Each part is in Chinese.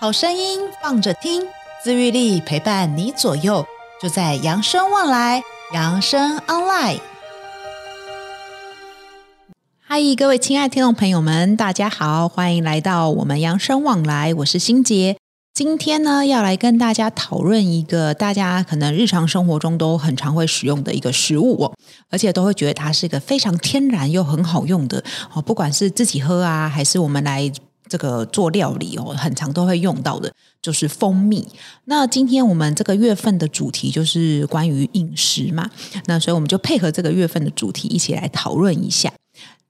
好声音放着听，自愈力陪伴你左右，就在扬声望来，扬声 online。嗨，各位亲爱的听众朋友们，大家好，欢迎来到我们扬声望来，我是心杰。今天呢，要来跟大家讨论一个大家可能日常生活中都很常会使用的一个食物哦，而且都会觉得它是一个非常天然又很好用的哦，不管是自己喝啊，还是我们来这个做料理哦，很常都会用到的，就是蜂蜜。那今天我们这个月份的主题就是关于饮食嘛，那所以我们就配合这个月份的主题一起来讨论一下。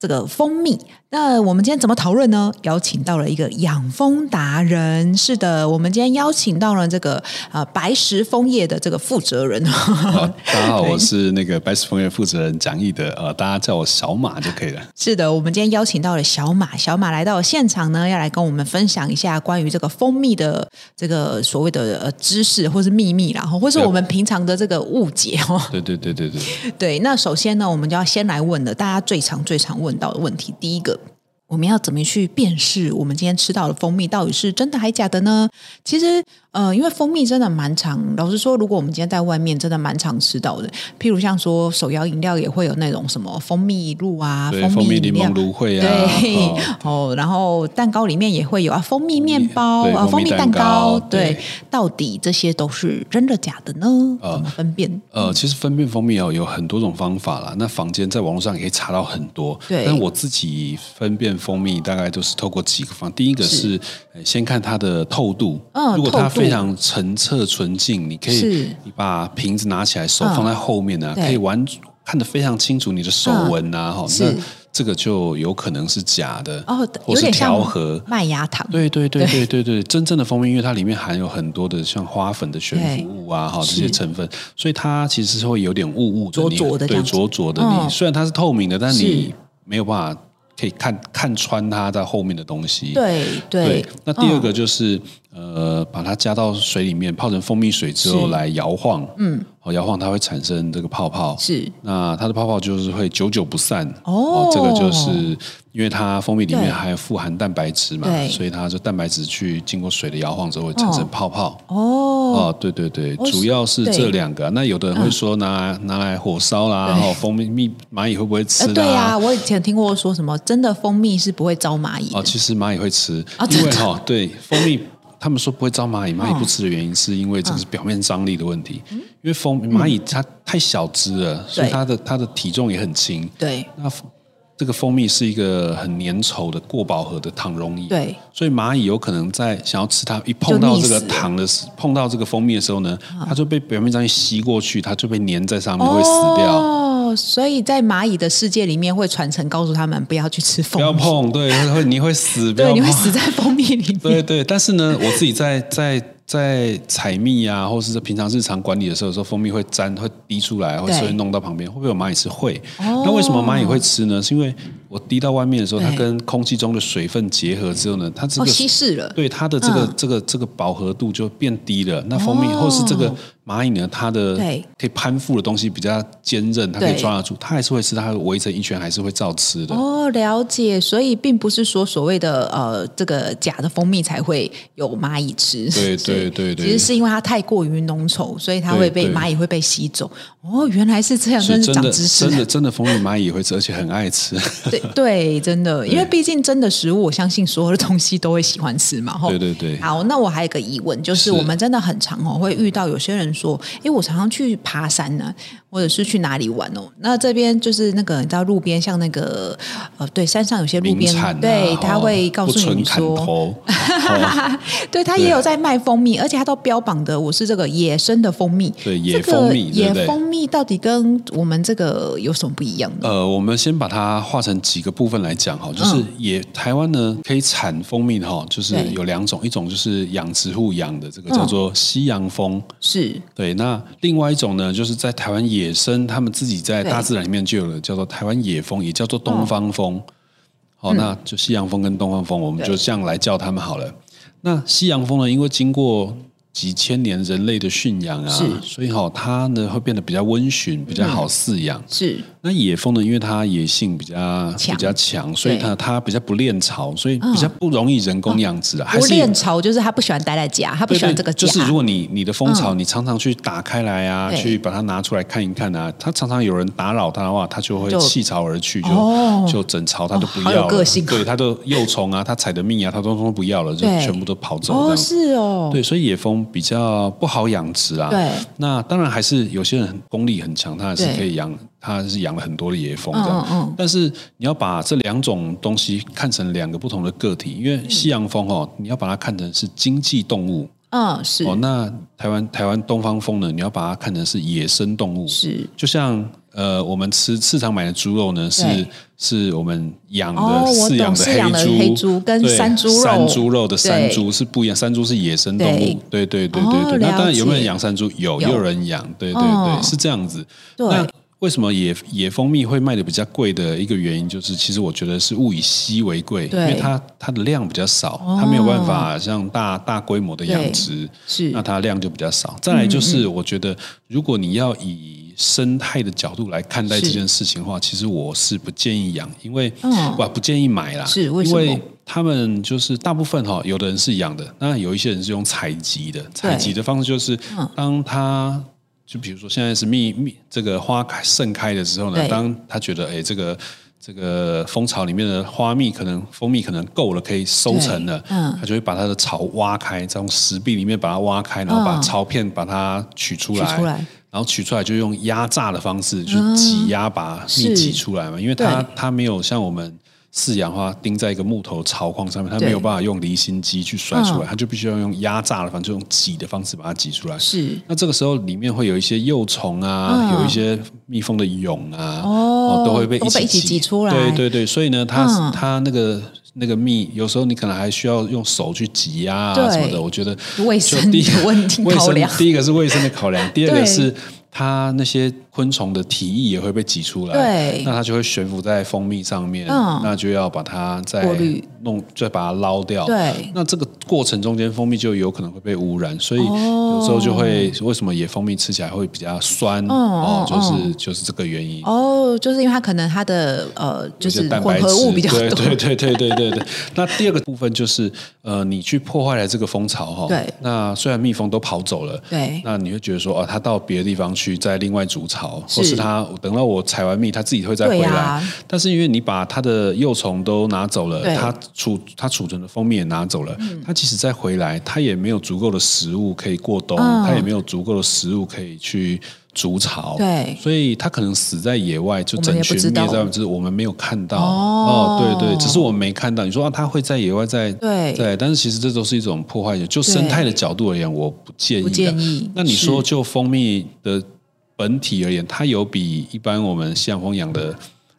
这个蜂蜜，那我们今天怎么讨论呢？邀请到了一个养蜂达人，是的，我们今天邀请到了这个呃白石枫叶的这个负责人，好，大家好，对我是那个白石枫叶负责人蒋毅的，呃，大家叫我小马就可以了。是的，我们今天邀请到了小马，小马来到现场呢，要来跟我们分享一下关于这个蜂蜜的这个所谓的呃知识或是秘密啦，然后或是我们平常的这个误解哦。对对对对对， 对，那首先呢，我们就要先来问的，大家最常最常问到的问题，第一个。我们要怎么去辨识我们今天吃到的蜂蜜到底是真的还假的呢？其实，呃，因为蜂蜜真的蛮常，老实说，如果我们今天在外面真的蛮常吃到的，譬如像说手摇饮料也会有那种什么蜂蜜露啊、对，蜂蜜饮柠料檬芦荟啊，对哦，哦，然后蛋糕里面也会有啊，蜂蜜面包对啊，蜂蜂蜜蜜蛋蛋糕糕，对对，到底这些都是真的假的呢？怎么分辨？呃，其实分辨蜂蜜哦有很多种方法啦。那坊间在网络上也可以查到很多，对但我自己分辨蜂蜜大概都是透过几个方，第一个是是呃先看它的透度，嗯如果它透度非常澄澈纯净，你可以是你把瓶子拿起来，手嗯放在后面啊，对可以完看得非常清楚你的手嗯纹啊，哈、是那这个就有可能是假的哦，或有是点像调和。麦芽糖，对对对对对对，真正的蜂蜜，因为它里面含有很多的像花粉的悬浮物啊，哈这是些成分，所以它其实是会有点雾雾的，灼你灼的这对样子灼灼的。嗯你虽然它是透明的，但是你没有办法可以看看穿它在后面的东西。对对对，那第二嗯个就是呃，把它加到水里面泡成蜂蜜水之后是来摇晃，嗯，哦，摇晃它会产生这个泡泡，是那它的泡泡就是会久久不散哦这个就是因为它蜂蜜里对面还富含蛋白质嘛对，所以它就蛋白质去经过水的摇晃之后会产生哦泡泡。哦，哦，对对对，哦主要是对嗯这两个啊。那有的人会说拿、拿来火烧啦，对哦，蜂蜜蜜蚂蚁会不会吃呃，啦？对呀，我以前听过说什么真的蜂蜜是不会招蚂蚁的，哦，其实蚂蚁会吃，啊真因的嗯为哈、对蜂蜜，他们说不会招蚂蚁，蚂蚁不吃的原因是因为这个是表面张力的问题，因为蜂蚂蚁它太小只了，所以对它的它的体重也很轻。对那蜂这个蜂蜜是一个很粘稠的过饱和的糖溶液，对，所以蚂蚁有可能在想要吃它，一碰到这个糖的时，碰到这个蜂蜜的时候呢，啊它就被表面张力吸过去，它就被粘在上面会死掉。哦，所以在蚂蚁的世界里面会传承告诉他们不要去吃不蜂要蜜，碰，对，会会你会死，不要对，你会碰死在蜂蜜 里面对。对，但是呢，我自己在在在采蜜啊，或是在平常日常管理的时候，有时候蜂蜜会沾，会滴出来，或对是会弄到旁边，会不会有蚂蚁吃？会。哦那为什么蚂蚁会吃呢？是因为我滴到外面的时候，它对跟空气中的水分结合之后呢，它这哦，个、稀释了，对它的这个、嗯哦这个这个饱和度就变低了。那蜂蜜、或是这个蚂蚁呢，它的对可以攀附的东西比较坚韧，它可以对抓得住，它还是会吃，它会围成一圈，还是会照吃的。哦，了解，所以并不是说所谓的呃这个假的蜂蜜才会有蚂蚁吃，对是 对对对其实是因为它太过于浓稠，所以它会被对对蚂蚁会被吸走。哦，原来是这样，所以真是真长的知识真的真的蜂蜜蚂蚁也会吃，而且很爱吃。 对对，真的，因为毕竟真的食物，我相信所有的东西都会喜欢吃嘛。吼对对对好，那我还有一个疑问，就是是我们真的很常哦会遇到有些人说，诶，我常常去爬山呢、或者是去哪里玩哦。那这边就是那个你知道路边像那个呃，对，山上有些路名边，产、啊，对，他哦会告诉不你纯砍说， 头，哦对，它也有在卖蜂蜜，而且它都标榜的我是这个野生的蜂蜜。对野这个蜂蜜对野不对蜂蜜到底跟我们这个有什么不一样呢？呃，我们先把它划成几个部分来讲嗯哈，就是也、台湾呢可以产蜂蜜的哈，就是对有两种，一种就是养殖户养的这嗯个叫做西洋蜂，是对，那另外一种呢，就是在台湾野生，他们自己在对大自然里面就有了叫做台湾野蜂，也叫做东方蜂。好、那就西洋蜂跟东方蜂，我们嗯对就这样来叫它们好了。那西洋蜂呢，因为经过几千年人类的驯养啊是，所以哈、它呢会变得比较温驯，比较好饲养。是，那野蜂呢，因为它野性比较嗯强比较强，所以对嗯它它比较不恋巢，所以比较不容易人工养殖啊，还不是有恋巢就是他不喜欢待在家，他不对喜对，欢这个家。就是如果你你的蜂巢，你常常去打开来啊，对去把它拿出来看一看啊，它常常有人打扰它的话，它就会就弃巢而去，就、哦就整巢它都不好有要了。个性啊对，它的幼虫啊，它采的蜜啊，它都都不要了，就对全部都跑走这哦，样。是哦，对，所以野蜂比较不好养殖啊。对那当然还是有些人很功力很强，他还是对可以养，他还是养了很多的野蜂嗯这样。嗯嗯但是你要把这两种东西看成两个不同的个体，因为西洋蜂哦，你要把它看成是经济动物。嗯，是、哦，那台湾台湾东方蜂呢？你要把它看成是野生动物，是。就像呃，我们吃市场买的猪肉呢，是对是我们养的、哦我饲懂养饲养的黑猪，黑猪跟对山猪肉山猪肉的山对猪是不一样，山猪是野生动物，对对对对哦对。那当了然有没有人解养山猪？有，有也有人养，对对对，哦是这样子。对那为什么野野蜂蜜会卖的比较贵的一个原因，就是其实我觉得是物以稀为贵，因对为它它的量比较少，它没有办法像大大规模的养对殖，是嗯那它量就比较少。再来就是，我觉得如果你要以生态的角度来看待这是件事情的话，其实我是不建议养，因为嗯哇不建议买啦，是为什因么为他们就是大部分哈、有的人是养的，那有一些人是用采集的，采集的方式就是嗯当它。就比如说，现在是蜜蜜这个花开盛开的时候呢，对当他觉得哎，这个这个蜂巢里面的花蜜可能蜂蜜可能够了，可以收成了，对嗯他就会把它的巢挖开，再用石壁里面把它挖开，然后把嗯巢片把它取出取来，出来然后取出来就用压榨的方式去挤压把蜜是挤出嗯来嘛，因为它对它没有像我们。饲养的话，钉在一个木头巢框上面，它对没有办法用离心机去甩出来，嗯它就必须要用压榨的方式，用挤的方式把它挤出来。是那这个时候里面会有一些幼虫啊，嗯有一些蜜蜂的蛹啊，哦都会被都被一一起挤出来对对对，所以呢，它、嗯它那个那个蜜，有时候你可能还需要用手去挤压啊对什么的。我觉得卫就生第一的问题卫考生量第一个是卫生的 考量，第二个对是。它那些昆虫的体液也会被挤出来，对那它就会悬浮在蜂蜜上面，嗯那就要把它再过滤弄，再把它捞掉。对那这个过程中间，蜂蜜就有可能会被污染，所以哦有时候就会为什么野蜂蜜吃起来会比较酸哦哦，就是就是这个原因。哦，就是因为它可能它的呃，就有些是蛋混白质合物比较多，对对对对对对对。那第二个部分就是，呃，你去破坏了这个蜂巢哈。对那虽然蜜蜂都跑走了，对那你会觉得说，哦，它到别的地方去，再另外筑巢，是或是它等到我采完蜜，它自己会再回对来呀。但是因为你把它的幼虫都拿走了，对嗯它储它储存的蜂蜜也拿走了，它即使再回来，它也没有足够的食物可以过冬，嗯它也没有足够的食物可以去筑巢。对所以它可能死在野外，就我们整也不群知灭道在外面，只是我们没有看到。哦对对，只是我们没看到。你说啊，它会在野外在对对，但是其实这都是一种破坏。就生态的角度而言，我不建议的。不建议那你说，是就蜂蜜的本体而言，它有比一般我们西洋蜂养的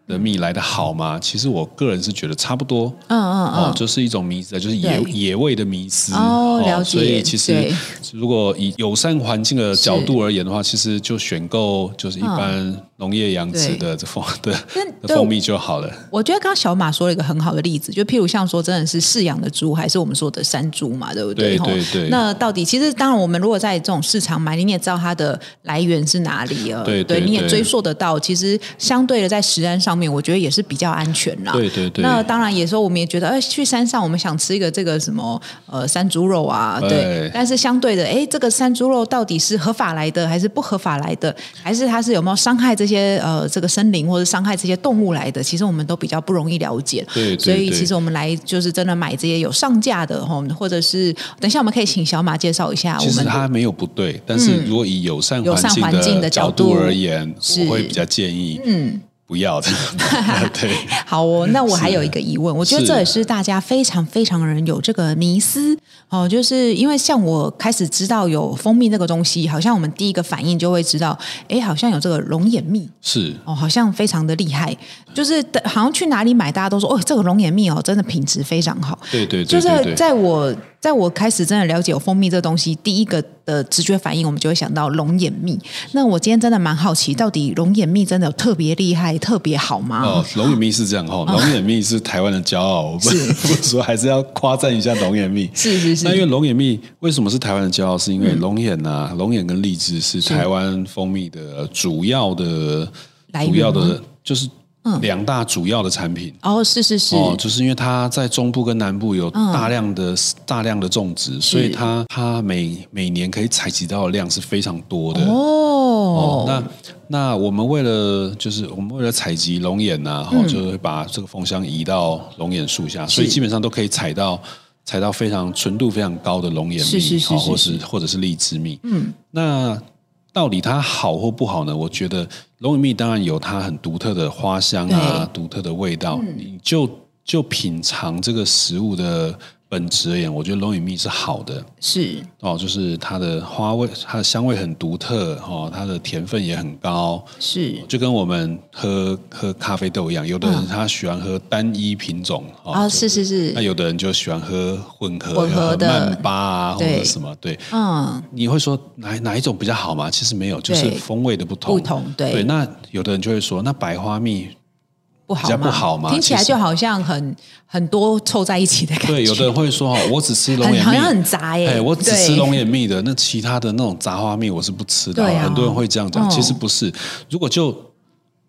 的蜜来的好吗？其实我个人是觉得差不多。嗯嗯哦，嗯，就是一种迷思，就是野对野味的迷思哦了解所以其实对如果以友善环境的角度而言的话，其实就选购就是一般农业养殖的这蜂 的但的嗯对蜂蜜就好了。我觉得刚刚小马说了一个很好的例子，就譬如像说真的是饲养的猪，还是我们说的山猪嘛，对不对吼对对那到底其实当然，我们如果在这种市场买，你也知道它的来源是哪里了，对对你也对追溯得到。其实相对的，在食安上面，我觉得也是比较安全啦。对对对，那当然，也说我们也觉得，哎、去山上我们想吃一个这个什么呃山猪肉啊，对。对但是相对的，哎，这个山猪肉到底是合法来的，还是不合法来的，还是它是有没有伤害这些呃这个森林或者伤害这些动物来的？其实我们都比较不容易了解。对对所以对其实我们来就是真的买这些有上架的吼，或者是等一下我们可以请小马介绍一啊下我其实们嗯的它没有不对，但是如果以友善友善环环境的的角角度度而言，是我会比较建议，嗯，不要的。对，好嗯哦，那我还有一个疑问，我觉得这也是大家非常非常人有这个迷思哦，就是因为像我开始知道有蜂蜜这个东西，好像我们第一个反应就会知道，哎，好像有这个龙眼蜜 是。哦，好像非常的厉害，就是好像去哪里买，大家都说哦，这个龙眼蜜哦，真的品质非常好。对对就对是对对，在我在我开始真的了解有蜂蜜这东西，第一个的直觉反应，我们就会想到龙眼蜜。那我今天真的蛮好奇，到底龙眼蜜真的有特别厉害、特别好吗？哦，龙眼蜜是这样 哦哈，龙眼蜜是台湾的骄傲，我不不说，还是要夸赞一下龙眼蜜。 是是嗯是那因为龙眼蜜为什么是台湾的骄傲？是因为龙眼啊，龙眼跟荔枝是台湾蜂蜜的主要的来源主要的就是嗯两大主要的产品。哦，是是是，哦，就是因为它在中部跟南部有嗯大量的、大量的种植，所以它它每每年可以采集到的量是非常多的。哦，哦，那那我们为了就是我们为了采集龙眼呐、嗯啊，哦，就会把这个蜂箱移到龙眼树下，所以基本上都可以采到采到非常纯度非常高的龙眼蜜，是是是哦是或是是或者是荔枝蜜。嗯，那到底它好或不好呢？我觉得龙眼蜜当然有它很独特的花香啊，独特的味道。嗯你就就品尝这个食物的本质而言，我觉得龙眼蜜是好的。是哦，就是它的花味，它的香味很独特哦，它的甜分也很高，是就跟我们喝喝咖啡豆一样，有的人他喜欢喝单一品种嗯哦啊，就是是那是，有的人就喜欢喝混合混合的有喝曼巴啊或对者什么，对，嗯，你会说哪哪一种比较好吗？其实没有，就是对风味的不同。不同对，对，那有的人就会说，那百花蜜不好比较嘛不好嘛听起来其实就好像很很多凑在一起的感觉，对，有的人会说哦，我只吃龙很眼好蜜，像很杂耶哎，我只吃对龙眼蜜的，那其他的那种杂花蜜我是不吃的。对啊很多人会这样讲，嗯其实不是。如果就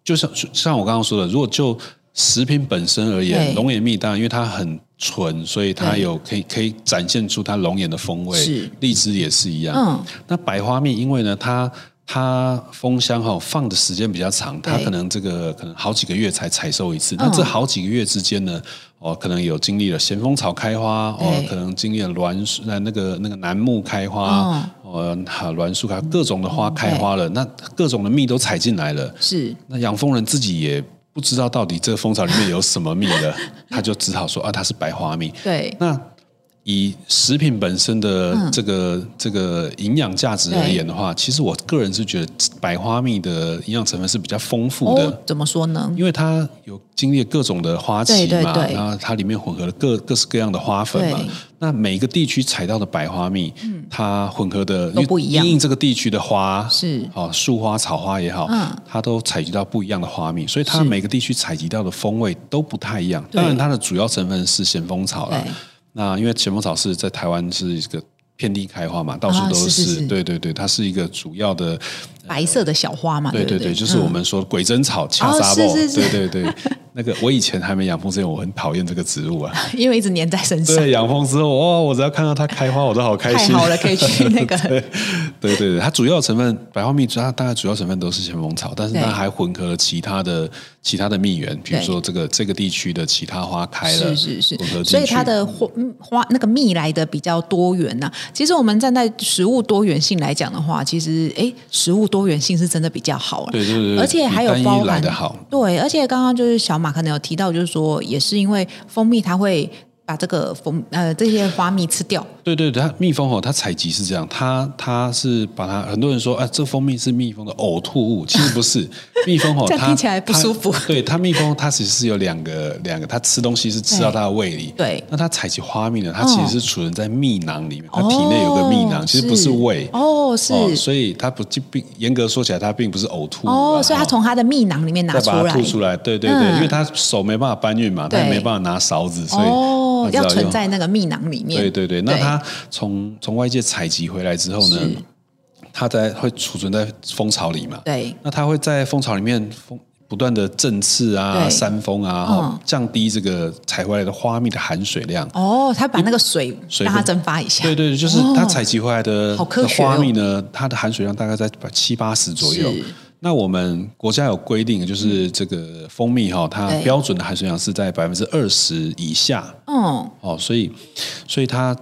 就像像我刚刚说的，如果就食品本身而对言，龙眼蜜当然因为它很纯，所以它对有可以可以展现出它龙眼的风味。是荔枝也是一样。嗯，那百花蜜因为呢，它它封箱哈、放的时间比较长，它对可能这个可能好几个月才采收一次。嗯那这好几个月之间呢，哦，可能有经历了咸丰草开花，哦对，可能经历了栾树呃那那个那个楠木开嗯花，哦，好栾树开各种的花开花了，那各种的蜜都采进来了。是那养蜂人自己也不知道到底这个蜂巢里面有什么蜜 了，他就只好说啊，它是百花蜜。对那以食品本身的这个、这个营养价值而言的话，其实我个人是觉得百花蜜的营养成分是比较丰富的。哦，怎么说呢？因为它有经历各种的花对期对嘛，对然后它里面混合了各各式各样的花粉嘛对。嗯那每个地区采到的百花蜜，它混合的都不一样因为因应这个地区的花是哦，树花、草花也好，嗯它都采集到不一样的花蜜，所以是它每个地区采集到的风味都不太一样。对当然，它的主要成分是咸丰草啦对。那因为咸丰草是在台湾是一个遍地开花嘛，到处啊都是是是对对对，它是一个主要的白色的小花嘛，对对对不对，就是我嗯们说鬼针草、掐哦扎是爆，是是 对对对。那个我以前还没养蜂之前，我很讨厌这个 植物啊。因为一直粘在身上，对，养蜂之后，哦，我只要看到它开花，我都好开太心。好了，可以去那个对 对对对，它主要成分百花蜜，它大概主要成分都是咸丰草，但是对它还混合了其他的其他的蜜源，比如对说这个这个地区的其他花开了，是是混合是，进所以它去的花嗯花那个蜜来的比较多元呐、其实我们站在食物多元性来讲的话，其实诶，食物多元性是真的比较好了。啊对对对，对而且还有比单包一来含的好，对，而且刚刚就是小马可能有提到，就是说也是因为蜂蜜它会把这个蜂呃这些花蜜吃掉，对对，对它蜜蜂哦，它采集是这样，它它是把它很多人说，啊，这蜂蜜是蜜蜂的呕吐物，其实 不是，蜜蜂哦，这样它听起来不舒服它对它蜜蜂，它其实是有两个两个，它吃东西是吃到它的胃里。对那它采集花蜜呢，它其实是储存在蜜囊里面，它体内有个蜜囊，哦其实不是胃。哦，是哦，所以它不并严格说起来，它并不是呕吐物哦啦所以它哈从它的蜜囊里面拿再出把它来，吐出来，对对对，嗯因为它手没办法搬运嘛，它也对没办法拿勺子，所以哦，它只要好存用在那个蜜囊里面，对对对，那它从从外界采集回来之后呢是，它在会储存在蜂巢里嘛？对那它会在蜂巢里面蜂不断的振翅啊、对扇风啊，嗯哦降低这个采回来的花蜜的含水量。哦，它把那个水水让它分蒸发一下，对对，就是哦它采集回来的好科的学哦花蜜呢，它的含水量大概在七八十左右是。嗯那我们国家有规定，就是这个蜂蜜哈，它对标准的含水量是在百分之二十以下。嗯，哦，所以所以它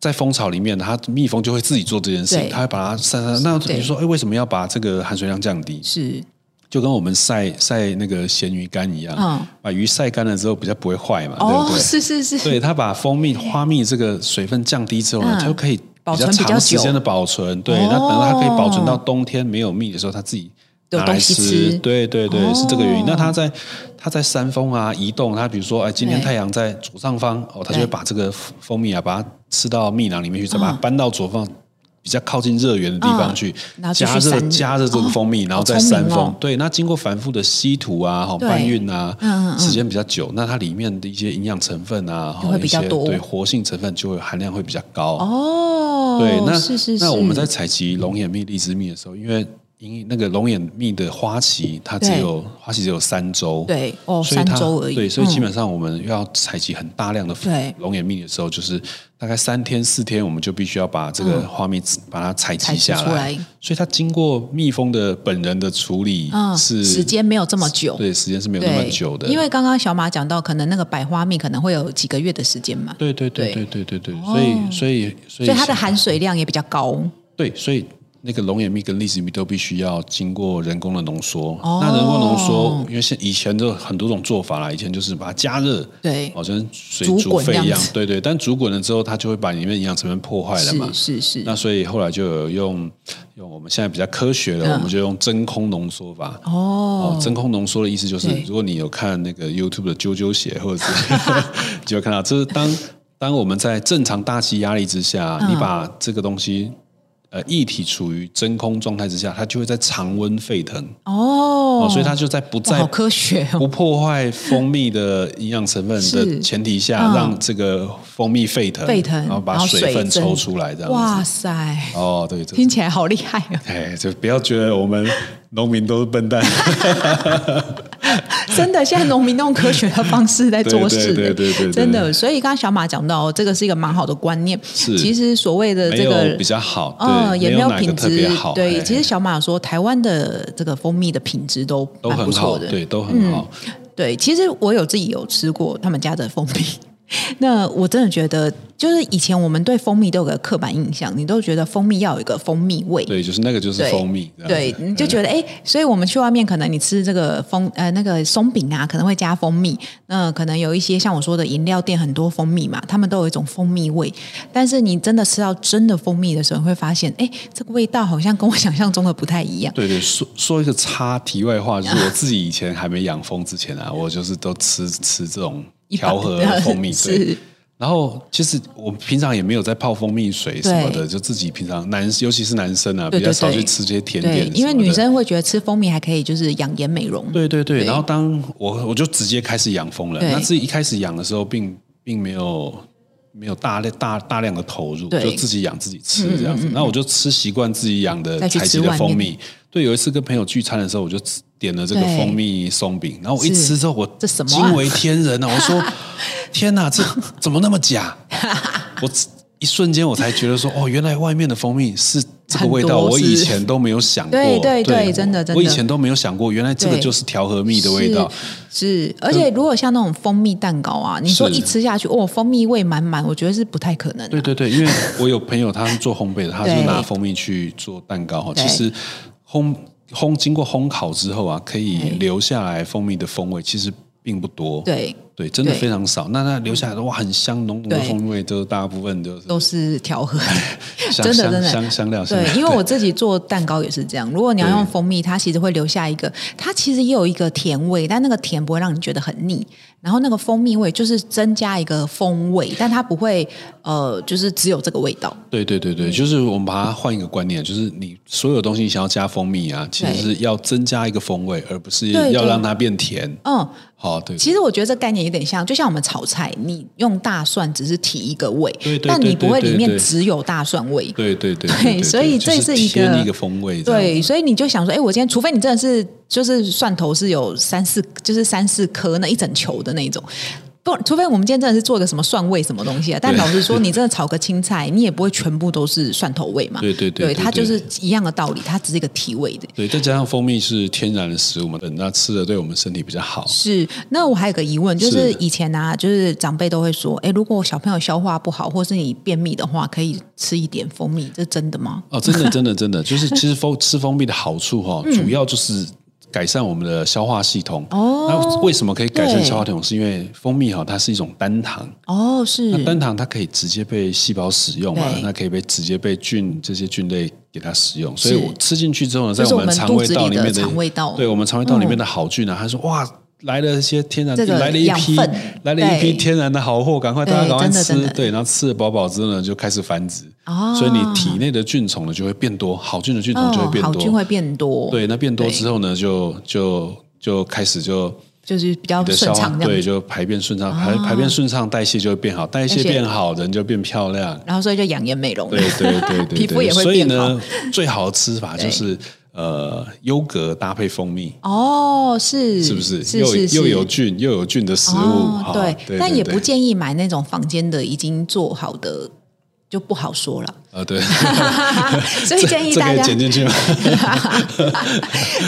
在蜂巢里面，它蜜蜂就会自己做这件事对情，它会把它晒晒。那对你说，哎，为什么要把这个含水量降低？是就跟我们晒晒那个咸鱼干一样，嗯把鱼晒干了之后比较不会坏嘛，对哦不，对？是是是，对，它把蜂蜜、花蜜这个水分降低之后呢，嗯它就可以保比存较比较长时间的保存。对，那等到它可以保存到冬天没有蜜的时候，它自己有拿来东西吃。吃对对对，哦是这个原因。那它在它在山峰啊移动，它比如说哎，今天对太阳在左上方，哦，它就对会把这个蜂蜜啊，把它吃到蜜囊里面去，再把它嗯搬到左方。比较靠近热源的地方去嗯然后继续加热散加热这个蜂蜜，然后再好聪明散哦蜂。对，那经过反复的稀土啊、哈对搬运啊，嗯嗯嗯时间比较久，那它里面的一些营养成分啊，就哈，会一比较些多对活性成分就会含量会比较高。哦，对，那是是是，那我们在采集龙眼蜜、荔枝蜜的时候，因为银那个龙眼蜜的花期，它只有花期只有三周，对哦，所以三它周而已，对，所以基嗯本上我们要采集很大量的对龙眼蜜的时候，就是大概三天四天，我们就必须要把这个花蜜把它采嗯采集集下出来，所以它经过蜜蜂的本人的处理嗯，是时间没有这么久，对时间是没有对，那么久的，因为刚刚小马讲到，可能那个百花蜜可能会有几个月的时间嘛，对对对对哦对对对对，所以所以所所以以它的像含水量也比较高。对，所以那个龙眼蜜跟荔枝蜜都必须要经过人工的浓缩。哦那人工浓缩，因为现以前都有很多种做法啦，以前就是把它加热，对，好像水煮煮滚沸这样一样子，对对。但煮滚了之后，它就会把里面营养成分破坏了嘛是。是是，那所以后来就有用用我们现在比较科学的，嗯我们就用真空浓缩法。哦哦，真空浓缩的意思就是对，如果你有看那个 YouTube 的啾啾鞋，或者 是你就会看到，这是当当我们在正常大气压力之下，嗯你把这个东西呃液体处于真空状态之下，它就会在常温沸腾哦哦，所以它就在不哇在好科学哦， 不破坏蜂蜜的营养成分是的前提下，嗯让这个蜂蜜沸腾，沸腾然后把然后水分水蒸抽出来，这样哇子。塞，哦，对，这听起来好厉害啊！哎，就不要觉得我们农民都是笨蛋。真的，现在农民都用科学的方式在做事，对对对对对对真的。所以刚刚小马讲到，这个是一个蛮好的观念。是其实所谓的 没这有个比。较好，嗯，对也没有哪个品特质别好。，对。哎其实小马说，台湾的这个蜂蜜的品质都都蛮不很错好，的，嗯对，都很好。对，其实我有自己有吃过他们家的蜂蜜。 那我真的觉得，就是以前我们对蜂蜜都有个刻板印象，你都觉得蜂蜜要有一个蜂蜜味，对，就是那个就是对蜂蜜，这样对，子你就觉得哎、诶所以我们去外面可能你吃这个蜂呃那个松饼啊，可能会加蜂蜜。那、可能有一些像我说的饮料店很多蜂蜜嘛，他们都有一种蜂蜜味。但是你真的吃到真的蜂蜜的时候，你会发现哎、诶这个味道好像跟我想象中的不太一样。对对，说说一个插题外话，就是我自己以前还没养蜂之前啊，我就是都吃吃这种一般调和蜂蜜对。 是然后其实我平常也没有在泡蜂蜜水什么对的，就自己平常男，尤其是男生啊，对比较对少对去吃这些甜点对什么，的。因为女生会觉得吃蜂蜜还可以就是养颜美容。对对对，对然后当我我就直接开始养蜂了。对那自己一开始养的时候并，并没有没有大量大大量的投入，对嗯就自己养自己吃这样子。那、我就吃习惯自己养的再去采吃集的外面蜂蜜。对，有一次跟朋友聚餐的时候，我就吃点了这个对蜂蜜松饼，然后我一是吃之后，我这什么啊惊为天人啊！我说天哪，这怎么那么假？我一瞬间我才觉得说，哦，原来外面的蜂蜜是。这个很味道，多我以是前都没有想过。对对对我真的真我以的前都没有想过，原来这个对就是调和蜜的味道。是，是而且如果像那种蜂蜜蛋糕啊，你说嗯是一吃下去，哦，蜂蜜味满满，我觉得是不太可能、啊。对对对，因为我有朋友他是做烘焙的，他对就拿蜂蜜去做蛋糕哈。对其实烘烘经过烘烤之后啊，可以对留下来蜂蜜的风味，其实并不多。对对，真的对非常少。那那留下来的哇，很香浓浓的对风味，就是大部分就是都是调和的， 香真的香真的香香料。香对料，因为我自己做蛋糕也是这样。如果你要对用蜂蜜，它其实会留下一个，它其实也有一个甜味，但那个甜不会让你觉得很腻。然后那个蜂蜜味就是增加一个风味，但它不会呃，就是只有这个味道。对对对对，就是我们把它换一个观念，就是你所有东西你想要加蜂蜜啊，其实对是要增加一个风味，而不是对要对让它变甜。嗯，好，对，其实我觉得这概念有点像，就像我们炒菜，你用大蒜只是提一个味，对对但你不会里面对对对对只有大蒜味。对对对对对，所以就这是一个添一个风味这样子，对，所以你就想说，哎，我今天除非你真的是就是蒜头是有三四，就是三四颗那一整球的那一种。不，除非我们今天真的是做个什么蒜味什么东西啊！但对老实说，你真的炒个青菜，你也不会全部都是蒜头味嘛。对对对对它就对是一样的道理，它只是一个提味的。对，再加上蜂蜜是天然的食物嘛，等那吃了对我们身体比较好。是，那我还有个疑问，就是是以前啊，就是长辈都会说，哎，如果小朋友消化不好，或是你便秘的话，可以吃一点蜂蜜，这真的吗？哦，真的，真的，真的，就是其实蜂 吃蜂蜜的好处哈、哦，嗯主要就是改善我们的消化系统。哦那为什么可以改善对消化系统？是因为蜂蜜哈、它是一种单糖，哦，是啊那单糖它可以直接被细胞使用嘛对，那可以被直接被菌这些菌类给它使用，所以是我吃进去之后呢，就在是我们们肠肚胃子道里里的面的肠胃道对我们肠胃道里面的好菌啊，它说哇。来了一些天然，这个来了一养批分，来了对一批天然的好货，赶快对大家赶快真的真吃的，对，然后吃了饱饱之后呢，就开始繁殖，哦所以你体内的菌虫呢就会变多，好菌的菌虫就会变嗯好菌多，会变多，对，那变多对之后呢，就就就开始就就是比较你的哦顺消化畅这样对，子。就排便顺畅，排排便顺畅，代谢就会变好，代谢代谢变好，人就变漂亮。然后所以就养颜美容了对对对对对，皮肤也会所以变好呢，最好的吃法就是。呃优格搭配蜂蜜， 哦，是是不是？是是是又又有菌又有菌的食物，哦哈对，对，但也对不建议买那种坊间的已经做好的，就不好说 了。呃对，所以建议 这这大可以家，剪进去吗？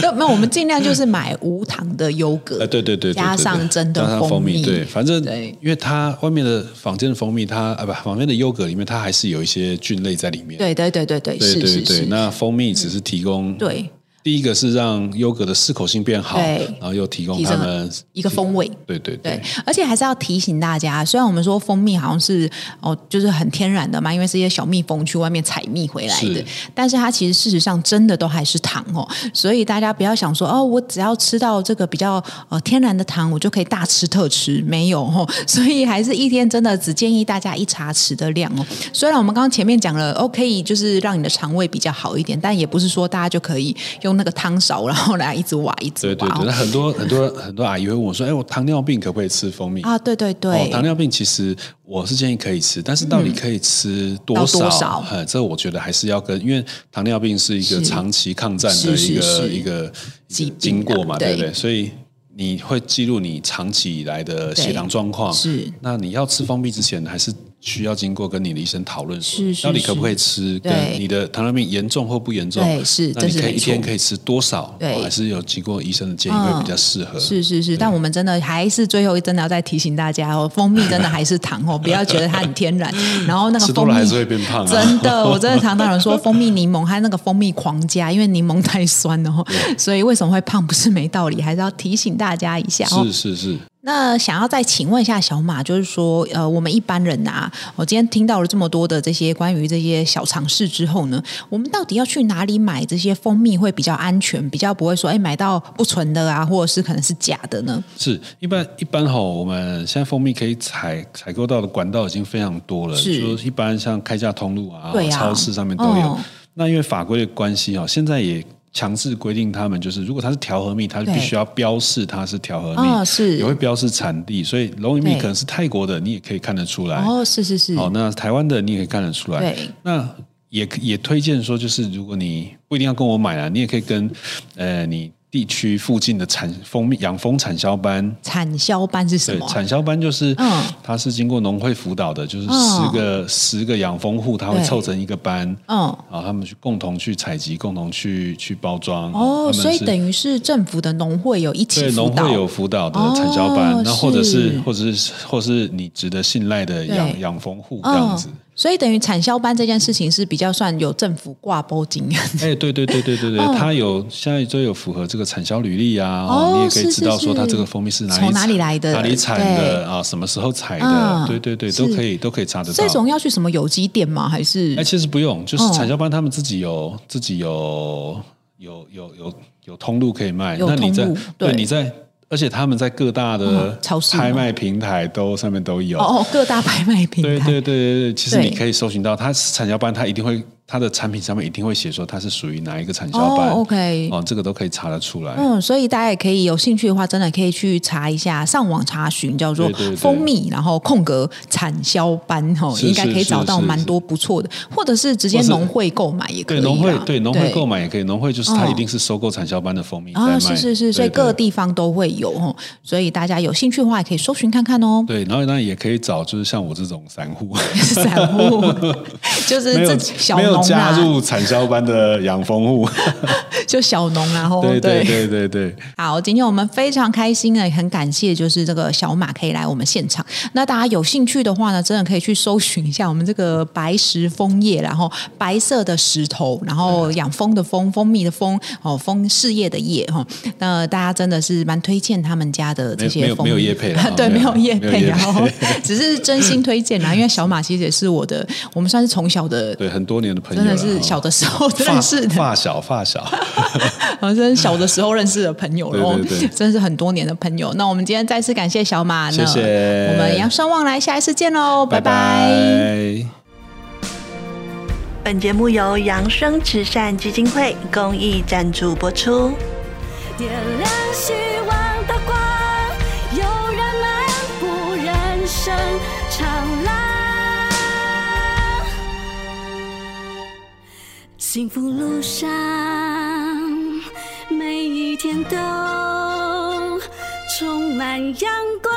那没有，我们尽量就是买无糖的优格， 呃，对对对，对加对上真的加上蜂蜜，对，反正对因为它外面的坊间的蜂蜜，它啊不，坊间的优格里面它还是有一些菌类在里面。对对对对对，对是对是对，是，那蜂蜜只是提供，对第一个是让优格的适口性变好，对然后又提供提他升们，一个风味。对对对，而且还是要提醒大家，虽然我们说蜂蜜好像是哦，就是很天然的嘛，因为是一些小蜜蜂去外面采蜜回来的是，但是它其实事实上真的都还是糖哦，所以大家不要想说哦，我只要吃到这个比较呃天然的糖，我就可以大吃特吃，没有哦， 所以还是一天真的只建议大家一茶匙的量哦。虽然我们刚刚前面讲了哦，可以就是让你的肠胃比较好一点，但也不是说大家就可以用那个汤勺然后来一直挖一直对挖哦、对对。那很多很多很多阿姨会问我说：“哎，我糖尿病可不可以吃蜂蜜？”啊，对对对，哦，糖尿病其实我是建议可以吃，但是到底可以吃多少？到多少呃，这我觉得还是要跟，因为糖尿病是一个是长期抗战的是一个是是一个疾一个病啊经过嘛，对对不对？所以你会记录你长期以来的血糖状况。是那你要吃蜂蜜之前，还是需要经过跟你的医生讨论说，是是到底可是不可以吃？对跟你的糖尿病严重或不严重？对是那你这是可以没一天错可以吃多少？对哦还是有经过医生的建议会嗯比较适 合。是是是，但我们真的还是最后真的要再提醒大家哦，蜂蜜真的还是糖 哦，不要觉得它很天然。然后那个嗯吃多蜂蜜了还是会变胖啊 真的，我真的常常有说蜂蜜柠檬它那个蜂蜜狂加，因为柠檬太酸了哦，所以为什么会胖不是没道理，还是要提醒大家一下哦。是是是，那想要再请问一下小马，就是说，呃，我们一般人啊，我今天听到了这么多的这些关于这些小尝试之后呢，我们到底要去哪里买这些蜂蜜会比较安全，比较不会说，哎，买到不纯的啊，或者是可能是假的呢？是一般一般哈，我们现在蜂蜜可以采采购到的管道已经非常多了，是就是一般像开价通路啊、对啊超市上面都有。哦那因为法规的关系哦，现在也强制规定他们，就是如果它是调和蜜，它对必须要标示它是调和蜜，哦是也会标示产地，所以龙眼蜜对可能是泰国的，你也可以看得出来。哦，是是是，哎好，那台湾的你也可以看得出来。对，那也也推荐说，就是如果你不一定要跟我买啊，你也可以跟呃你地区附近的产蜂蜜养蜂产销班。产销班是什对，么？啊产销班就是，嗯它是经过农会辅导的，就是哦十个、十个养蜂户，他会对凑成一个班，嗯，然后他们去共同去采集，共同去去包装。哦，他们所以是等于是政府的农会有一起对辅农导会有辅导的哦产销班，那或者是是或者是或是你值得信赖的养对养蜂户这样嗯子。，所以等于产销班这件事情是比较算有政府挂钩经验的。哎、对对对对对对，嗯它有现在都有符合这个产销履历啊，哦你也可以是知道是说它是这个蜂蜜是哪里从哪产里来的哪里产对的啊，什么时候采的，嗯对对对，是都可以都可以查得到这。种要去什么有机店吗？还是哎、其实不用，就是哦产销班他们自己有、自己有有有有有通路可以卖，有那你通在路对你在。而且他们在各大嗯的超市吗拍卖平台都上面都有，哦哦，各大拍卖平台对对对对对，其实对你可以搜寻到，它是产销班，它一定会它的产品上面一定会写说它是属于哪一个产销班。哦，OK。哦，这个都可以查得出来。嗯，所以大家也可以有兴趣的话，真的可以去查一下，上网查询叫做对对对蜂蜜，然后空格产销班哦，是应该可以是是找到是蛮是多不错的，或者是直接或是农会购买也可以啊对啦。农会，对农会购买买也可以，农会就是它哦一定是收购产销班的蜂蜜在卖。啊，是是是，所以对各对地方都会有哦，所以大家有兴趣的话也可以搜寻看看 哦。对，然后当然也可以找，就是像我这种散户，散户 就是没有这小没有农啊加啦，入产销班的养蜂 户。就小农啦，吼对对对对对，好，今天我们非常开心呢，也很感谢就是这个小马可以来我们现场。那大家有兴趣的话呢，真的可以去搜寻一下我们这个白石枫叶，然后白色的石头，然后嗯养蜂的蜂，蜂蜜的蜂，哦，蜂事业的业哈、哦。那大家真的是蛮推荐他们家的这没些有蜂没蜜，有没有业 配啦对，没没有有叶没有配，业配然后只是真心推荐啦，因为小马其实也是我的，我们算是从小的。对很多年的朋友真啦，的是哦小的时候发 认识的，发小发小，好像小的时候认识的朋友喽，对对对真是很多年的朋友。那我们今天再次感谢小马，谢谢那我们扬生望来，下一次见喽，拜拜拜。本节目由扬生慈善基金会公益赞助播出。点亮希望的光，有人漫步人生长廊，幸福路上。天都充满阳光。